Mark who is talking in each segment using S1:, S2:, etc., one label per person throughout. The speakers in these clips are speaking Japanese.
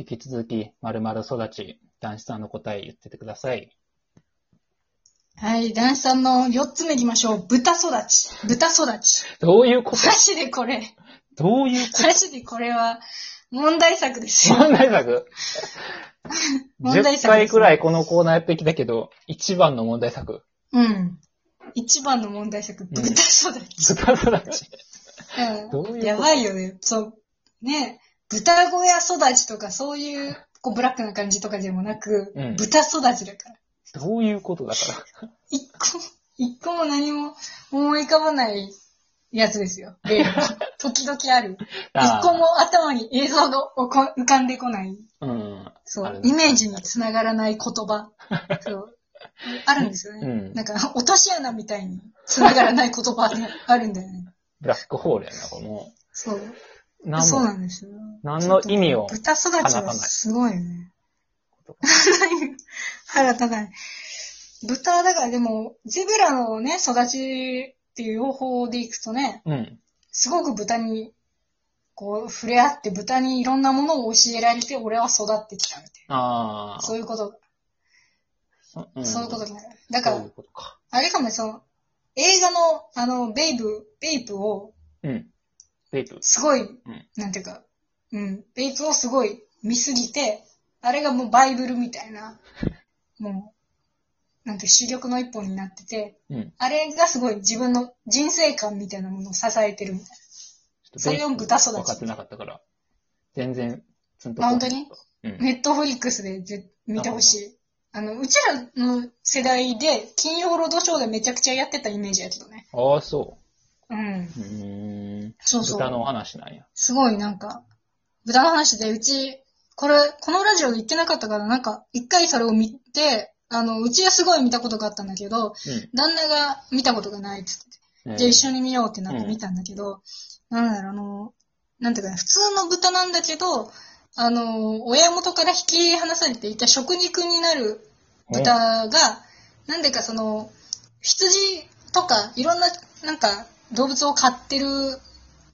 S1: 引き続き、〇〇育ち、男子さんの答え言っててください。
S2: はい、男子さんの4つ目いきましょう。豚育ち。豚育ち。
S1: どういうこ
S2: マ
S1: と
S2: ジでこれ。
S1: どういうこ
S2: マジでこれは、問題作です
S1: と
S2: よ。
S1: 問題作
S2: 問題作です
S1: ?10 回くらいこのコーナーやってきたけど、一番の問題作。
S2: うん。一番の問題作、豚育ち。
S1: 豚育ち。
S2: うん
S1: どういうこと
S2: やばいよね。そう。ね、豚小屋育ちとかそういう、こう、ブラックな感じとかでもなく、
S1: うん
S2: 豚育ちだから。
S1: どういうことだか
S2: 一個も、一個も何も思い浮かばないやつですよ。 例の時々ある。
S1: ら。
S2: 一個も頭に映像がおこ浮かんでこない。
S1: うん。
S2: そ
S1: ある
S2: う。
S1: ね
S2: イメージにつながらない 言葉。そう。あるんですよね。
S1: うん
S2: なんか、落とし穴みたいにつながらない言葉があるんだよね。
S1: ブラックホールやな、この。
S2: そう。
S1: 何
S2: そう
S1: の
S2: なんですよ。
S1: 何の意味を
S2: 豚育ちはすごいよね
S1: 放。
S2: 腹立たない。豚、だからでも、ゼブラのね、育ちっていう方法でいくとね、
S1: うん。
S2: すごく豚に、こう、触れ合って豚にいろんなものを教えられて、俺は育ってきたみたい
S1: あ
S2: な。
S1: あ。
S2: そういうこと、
S1: うん
S2: そういうことになる。だか
S1: そうい
S2: ら
S1: う、ことか。
S2: あれかもね、その、映画の、あの、ベイブ、ベイプを、
S1: うん。ベイプ。
S2: すごい、
S1: ん
S2: なんていうか、うん、ベイプをすごい見すぎて、あれがもうバイブルみた いな、もう、なんて主力の一本になってて、
S1: うん。
S2: あれがすごい自分の人生観みたいなものを支えてるみたいそれを豚育ち
S1: 分かってなかったから。全然、ツンと
S2: あ本当に
S1: う
S2: な。
S1: ん。
S2: ネットフリックスでぜ見てほしい。あの、うちらの世代で、金曜ロードショーでめちゃくちゃやってたイメージやけどね。
S1: ああ、そ
S2: う
S1: う。
S2: ん。
S1: うーん。
S2: そうそう。
S1: 豚の話なんや。
S2: すごいなんか、豚の話で、うち、これ、このラジオで言ってなかったから、なんか、一回それを見て、あの、うちはすごい見たことがあったんだけど、旦那が見たことがないっつって、
S1: うん。
S2: じゃあ一緒
S1: に。
S2: に見ようってなって見たんだけど、なんだろう、あの、なんていうかな、普通の豚なんだけど、あの、親元から引き離されていた食肉になる豚が、なんでかその、羊とか、いろんな、なんか、動物を飼ってる、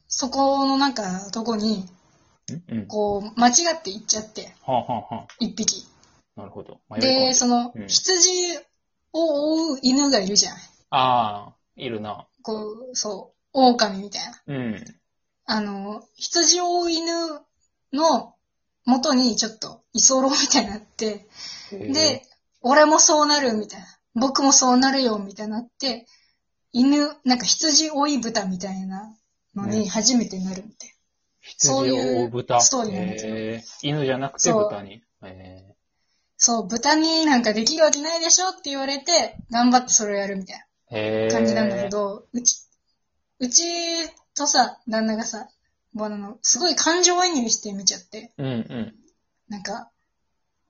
S2: そこのなんか、とこに、
S1: うん。うん。は
S2: こう、間違って行っちゃって、
S1: あ、はあは
S2: 一匹。
S1: あ、なるほど。迷い込ん
S2: で、
S1: だ
S2: その
S1: うん、
S2: 羊を追う犬がいるじゃん。
S1: ああ、いるな。
S2: こう、そう、狼みたいな。
S1: うん。
S2: あの、羊を追う犬の元にちょっと居候みたいになって、で、俺もそうなるみたいな。僕もそうなるよみたいになって、犬、なんか羊追い豚みたいなのに初めてなるみたいな。そう
S1: 羊を追
S2: いう
S1: う豚。
S2: ストーリーなんですよ
S1: へー犬じゃなくて
S2: そう
S1: 豚に。へ
S2: そう、豚になんかできるわけないでしょって言われて、頑張ってそれをやるみたいな。
S1: ーへー
S2: 感じなんだけ。ど、うち、うちとさ、旦那がさ、もうあの、すごい感情移入して見ちゃって、
S1: うんうん。
S2: なんか、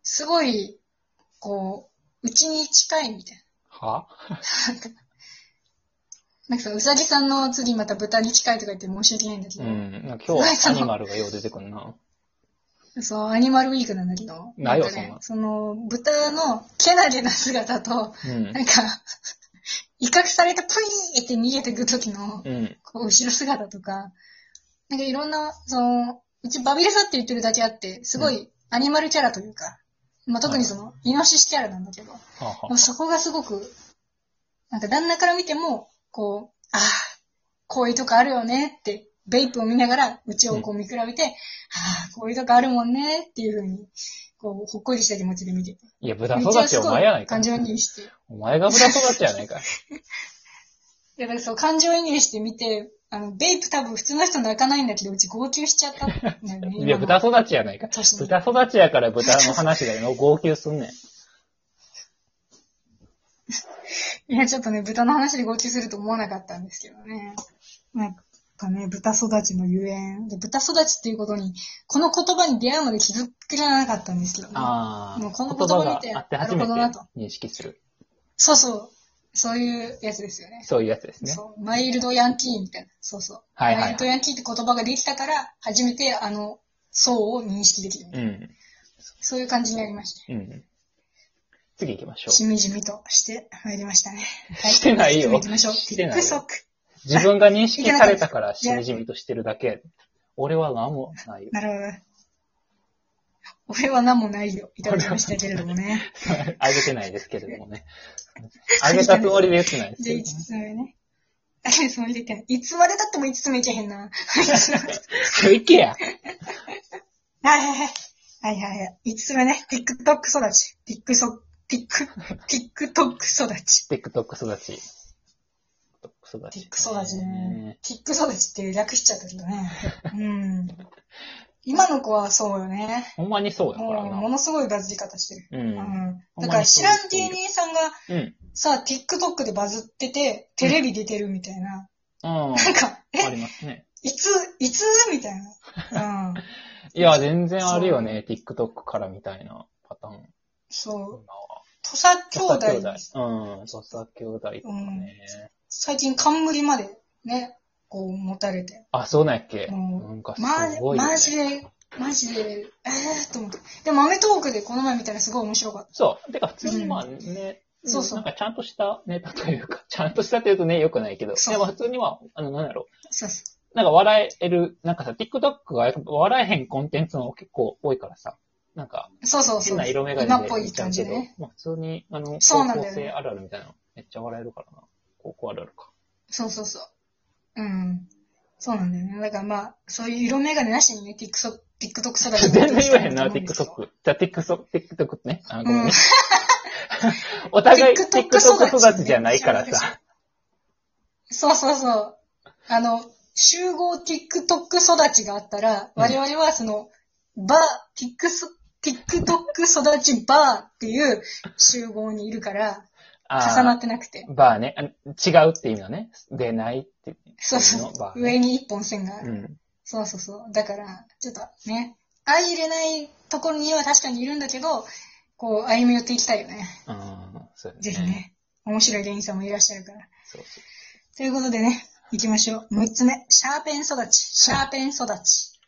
S2: すごい、こう、うちに近いみたい
S1: は
S2: な。なんか、 なんかさ、うさぎさんの次また豚に近いとか言って申し訳ないんだけ
S1: う
S2: ど、
S1: ん。なんか今日はアニマルがよう出てくんな。
S2: そう、アニマルウィークなんだけど、
S1: ないよ
S2: んかね
S1: そ
S2: その、豚のけなげな姿と、
S1: うん
S2: なん。か、 威嚇されてプイーって逃げてく時の、
S1: うん。
S2: こう、後ろ姿とか、なんかいろんな、その、うちバビレサって言ってるだけあって、すごいアニマルキャラというか、まあ、特にその、イノシシキャラなんだけど、
S1: はあはあ。
S2: そこがすごく、なんか旦那から見ても、こう、ああ、こういうとこあるよねって、ベイプを見ながら、うちをこう見比べて、ああ、こういうとこあるもんねっていうふうに、こう、ほっこりした気持ちで見てて。
S1: いや、豚
S2: めっちゃ
S1: 育ち
S2: す
S1: お
S2: ご
S1: 前やない
S2: い
S1: か
S2: 感。情移入して。
S1: お前が豚育ちや ないか。
S2: いや、だからそう、感情移入してみて、あの、ベイプ多分普通の人泣かないんだけど、うち号泣しちゃったんだよ ね。
S1: いや、豚育ちやないか。
S2: 年に
S1: 豚育ちやから豚の話だよな。号泣すんねん。
S2: いや、ちょっとね、豚の話で号泣すると思わなかったんですけどね。なんかね、豚育ちのゆえん。で豚育ちっていうことに、この言葉に出会うまで気づけなかったんですけどね。
S1: ああ。
S2: もうこの
S1: 言
S2: 言
S1: 葉
S2: 葉見
S1: が
S2: て
S1: あって初めて
S2: なるほどな
S1: 認識する。
S2: そうそう。そういうやつですよね。
S1: そういうやつですね。
S2: そう。マイルドヤンキーみたいな。そうそう。
S1: はいはいはい
S2: マイルドヤンキーって言葉ができたから、初めてあの、層を認識できるみたいな。
S1: うん。
S2: そういう感じになりました。
S1: うん。次行きましょう。
S2: しみじみとしてまいりましたね。は
S1: してないよ
S2: 次も行きましょう。
S1: してないよ
S2: TikTok。
S1: 自分が認識された からしみじみとしてるだけ。俺は何もないよ。
S2: なるほど。俺は何もないよ。いただきましたけれどもね。
S1: あげてないですけれども ね。あげたつもりで言ってないです
S2: じ
S1: け
S2: ゃあ
S1: ど
S2: 5
S1: ね。
S2: つ目ね。 あれ、それでいけない。いつまでだっても5つ目いけへんな。
S1: いけや
S2: はいはいはい。はいはいはい。5つ目ね。TikTok 育ち。TikTok、Tik、TikTok 育ち。
S1: !TikTok 育ち。TikTok 育ち。
S2: TikTok 育ちね。TikTok 育ちって略しちゃったけどね。うん。今の子はそうよね。
S1: ほんまにそうやか
S2: も
S1: ら
S2: う、も
S1: な。
S2: のすごいバズり方してる。
S1: う。
S2: うんん。だから知らん芸人さんが
S1: うん。
S2: さ、TikTok でバズってて、テレビ出てるみたいな。
S1: うん。
S2: なんか、
S1: あ
S2: え、
S1: りますね。
S2: いつ、いつみたいな。うん。
S1: いや、全然あるよね。TikTok からみたいなパターン。
S2: そう。
S1: 今は
S2: 土佐兄
S1: 土佐
S2: 弟
S1: 兄弟。うん。土佐兄弟とかね。
S2: 最近冠までね、こう持たれて。
S1: あ、そうなんやっけ。
S2: うん
S1: なんかす
S2: マジ、
S1: ごいよね。
S2: マジで、マジで、ええー、と思って。でも、アメトークでこの前見たらすごい面白かっ
S1: そう。てか、普通にまあね、
S2: うんそうそう
S1: なんかちゃんとしたネタというか、ちゃんとしたって言うとね、良くないけど、
S2: そう
S1: でも普通には、あの、なんだろ。
S2: た。そうそう
S1: なんか笑える、なんかさ、TikTok がやっぱ笑えへんコンテンツも結構多いからさ、なんか、
S2: う。そうそうそ
S1: 変
S2: う
S1: な。色眼
S2: 今
S1: 鏡
S2: っ
S1: で
S2: ぽ
S1: 見
S2: い
S1: ちゃう
S2: 感
S1: け
S2: じ
S1: ど、
S2: でね。
S1: まあ普通に、あの、
S2: そうなん
S1: 高
S2: だ
S1: 校
S2: よね
S1: 生あるあるみたいなの、めっちゃ笑えるからな。高校あるあるか。
S2: そうそうそう。うん。そうなんだよね。だからまあ、そういう色眼鏡なしにね、TikTok、TikTok 育ち
S1: 全
S2: になって
S1: 然
S2: ほしい
S1: 言えへんな、
S2: と思うんですけど
S1: TikTok。じゃあ、TikTok、TikTok ってね。あの、ご
S2: う
S1: めん
S2: ん
S1: ね。 お互い
S2: TikTok
S1: TikTok
S2: 育
S1: 育
S2: ち
S1: ちじゃないからさ。
S2: そうそうそう。あの、集合 TikTok 育ちがあったら、
S1: うん
S2: 我々はその、バー、TikTok 育ちバーっていう集合にいるから、
S1: あ
S2: 重な
S1: ー
S2: ってなくて。
S1: バーね。あ違うって意味のね。出ないって。
S2: そうそう
S1: のバ
S2: そ
S1: ー
S2: う。
S1: ね
S2: 上に一本線がある。
S1: うん。
S2: そうそうそう。だから、ちょっとね、相入れないところには確かにいるんだけど、こう、歩み寄っていきたいよね。
S1: うん。そう
S2: ぜひ。ね。面白い芸人さんもいらっしゃるから。
S1: そうそう。
S2: ということでね、行きましょう。6つ目、シャーペン育ち。シャーペン育ち。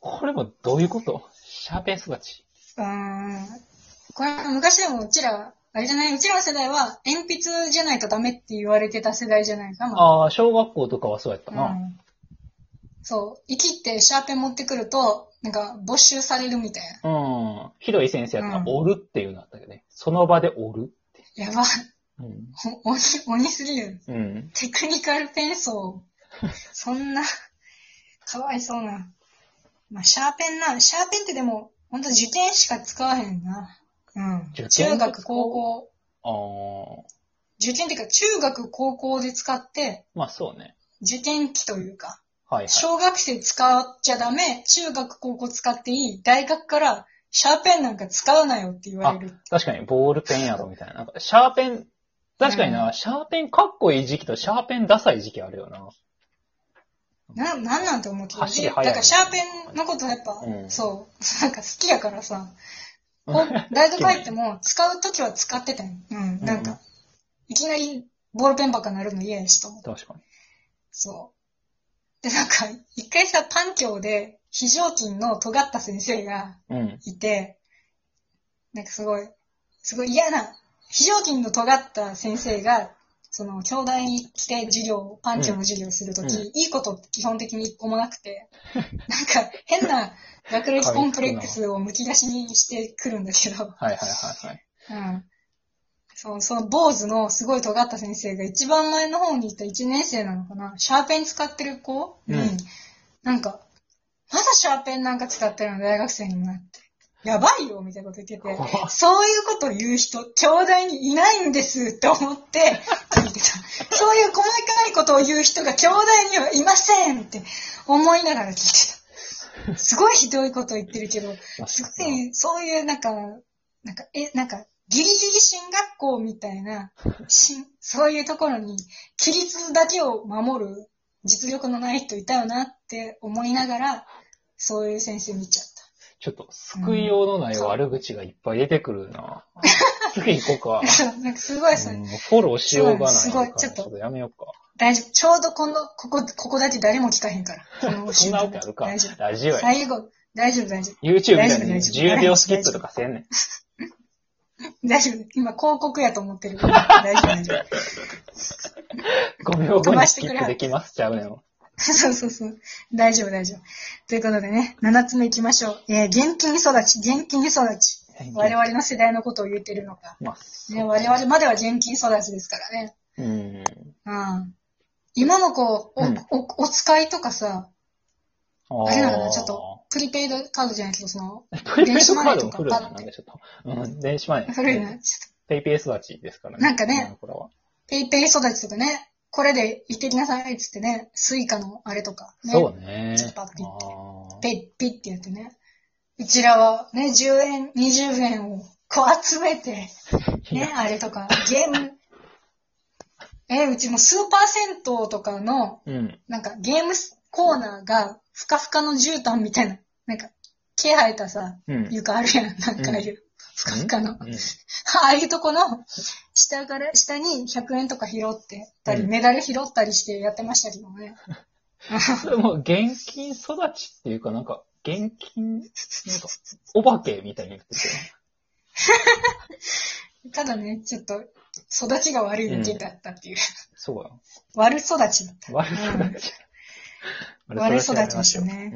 S1: これもどういうことシャーペン育ち。
S2: うーんこれ昔でもうちら、あれじゃないうちらの世代は鉛筆じゃないとダメって言われてた世代じゃないかな。
S1: ああ、小学校とかはそうやった
S2: う
S1: な。
S2: ん、そう。生きってシャーペン持ってくると、なんか没収されるみたいな。
S1: うん。ひどい先生やった
S2: うん
S1: ら、おるっていうのあったけどね。その場でおる。
S2: やば。
S1: うん。
S2: ほ鬼、鬼すぎる。
S1: うん。
S2: テクニカルペンソ ー。そんな、かわいそうな。まあ、シャーペンな。シャーペンってでも、ほんと受験しか使わへんな。う
S1: 受験
S2: ん。中学、高校。
S1: ああ。
S2: 受験っていうか、中学、高校で使って、
S1: まあそうね。
S2: 受験期というか、
S1: はいはい。
S2: 小学生使っちゃダメ、中学高校使っていい、大学からシャーペンなんか使うなよって言われる。
S1: 確かに、ボールペンやろ、みたいな。なんか、シャーペン、確かにな、シャーペンかっこいい時期とシャーペンダサい時期あるよな。
S2: な、なんなんて思うけど、
S1: 走り
S2: だ
S1: 速
S2: か
S1: い
S2: らシャーペンのことやっぱ、
S1: うん
S2: そう、なんか好きやからさ、こう大学入っても使うときは使ってたよ。うん、なん
S1: うん
S2: か、いきなりボールペンばっかなるの嫌やしと思って。
S1: 確かに。
S2: そう。で、なんか、一回さ、パン教で非常勤の尖った先生が、
S1: うん。
S2: いて、なんかすごい、すごい嫌な、非常勤の尖った先生が、その、兄弟来て授業、パンチョの授業をするとき、
S1: うん
S2: いいこと基本的に一個もなくて、なんか変な学歴コンプレックスをむき出しにしてくるんだけど、
S1: はいはいはいはい。
S2: うん。そう、その坊主のすごい尖った先生が一番前の方にいた1年生なのかな、シャーペン使ってる子に、
S1: うん
S2: なんか、まだシャーペンなんか使ってるの大学生になって。やばいよみたいなこと言ってて、
S1: 怖っ
S2: そういうこと言う人、兄弟にいないんですって思って聞いてた。そういう細かいことを言う人が兄弟にはいませんって思いながら聞いてた。すごいひどいこと言ってるけど、すごい、そういう、なんか、なんか、え、なんか、ギリギリ進学校みた いな、しんそういうところに、規律だけを守る実力のない人いたよなって思いながら、そういう先生見ちゃっ
S1: ちょっと、救いようのない悪口がいっぱい出てくる な。次行こうか。
S2: た。 なんかすごいそれ、
S1: うんフォローしようがない。
S2: すごいちょっと
S1: ちょっとやめようか。
S2: 大丈夫。ちょうどこの、ここ、ここだけ誰も聞かへんから。この
S1: そんなわけあるか
S2: 大丈。
S1: ラジ
S2: 夫。
S1: オや。
S2: 最後、大丈夫、大丈
S1: YouTube みたいに
S2: 大丈夫大丈夫
S1: 10秒スキップとかせんねん。
S2: 夫。大丈夫。今広告やと思ってるから。大丈夫、大丈夫。
S1: 5秒後
S2: 飛ば
S1: に
S2: し
S1: ス
S2: てく
S1: キ
S2: れ
S1: ップできますちゃうねん。
S2: そうそうそう。大丈夫、大丈夫。ということでね、7つ目行きましょう。えー、現金育ち、現金育ち。我々の世代のことを言ってるのか。
S1: まあ、
S2: ね、我々までは現金育ちですからね。
S1: うん。
S2: うん。今の子、お、
S1: うん
S2: お、お使いとかさ、あれなのか
S1: ー
S2: なちょっと、プリペイドカードじゃないけど、そ の、
S1: プリペイドカードも
S2: 電子マネーとか
S1: 古いな、なんかちょっと。うん、電子マネー。
S2: 古いな、ちょっ
S1: ペイペイ育ちですからね。
S2: なんかね
S1: 今の頃は
S2: と、ペイペイ育ちとかね、これで行ってきなさいっつってね、スイカのあれとか、ね。
S1: そうね。
S2: ちょっとパッて
S1: あ
S2: ペッピッってやってね。うちらはね、10円、20円をこう集めて、
S1: ーいや
S2: ね、あれとか、ゲーム、え、うちもスーパー銭湯とかの、
S1: うん。
S2: なんかゲームコーナーが、ふかふかの絨毯みたいな、なんか、毛生えたさ、
S1: うん。うん
S2: 床あるやん、なんかああいう、ふかふかの。
S1: うん
S2: ああいうとこの、下から、下に100円とか拾ってたり、
S1: うん
S2: メダル拾ったりしてやってましたけどね。
S1: それもう現金育ちっていうか、なんか、現金、なんか、お化けみたいに言ってて。
S2: ただね、ちょっと、育ちが悪いだけだったっていう。
S1: そうだよ。
S2: 悪育ちだった。
S1: 悪育ち。
S2: 悪育ちでしたね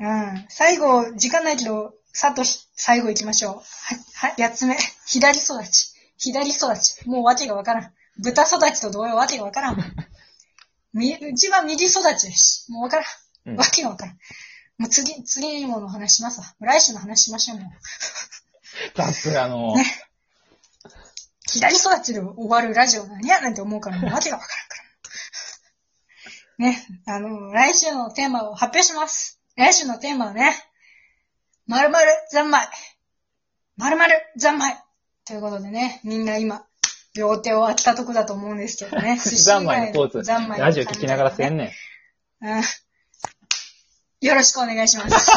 S1: うん。
S2: うん。最後、時間ないけど、さとし、最後行きましょう。はい、はい、八つ目。左育ち。左育ち。もうわけがわからん。豚育ちと同様わけがわからん。み、うちは右育ちやし。もうわから
S1: うん
S2: ん。わけがわからん。もう次、次もの話しますわ。来週の話しましょうもう。
S1: 雑やの。
S2: ね左育ちで終わるラジオ何やなんて思うから、もうわけがわからんから。ね、あの、来週のテーマを発表します。来週のテーマはね、〇〇三昧。〇〇三昧。ということでね、みんな今、両手を開けたとこだと思うんですけ どね。
S1: 残枚のポーズ。
S2: 三昧
S1: ラジオ聞きながらせん
S2: ね。
S1: ねん。
S2: うん。よろしくお願いします。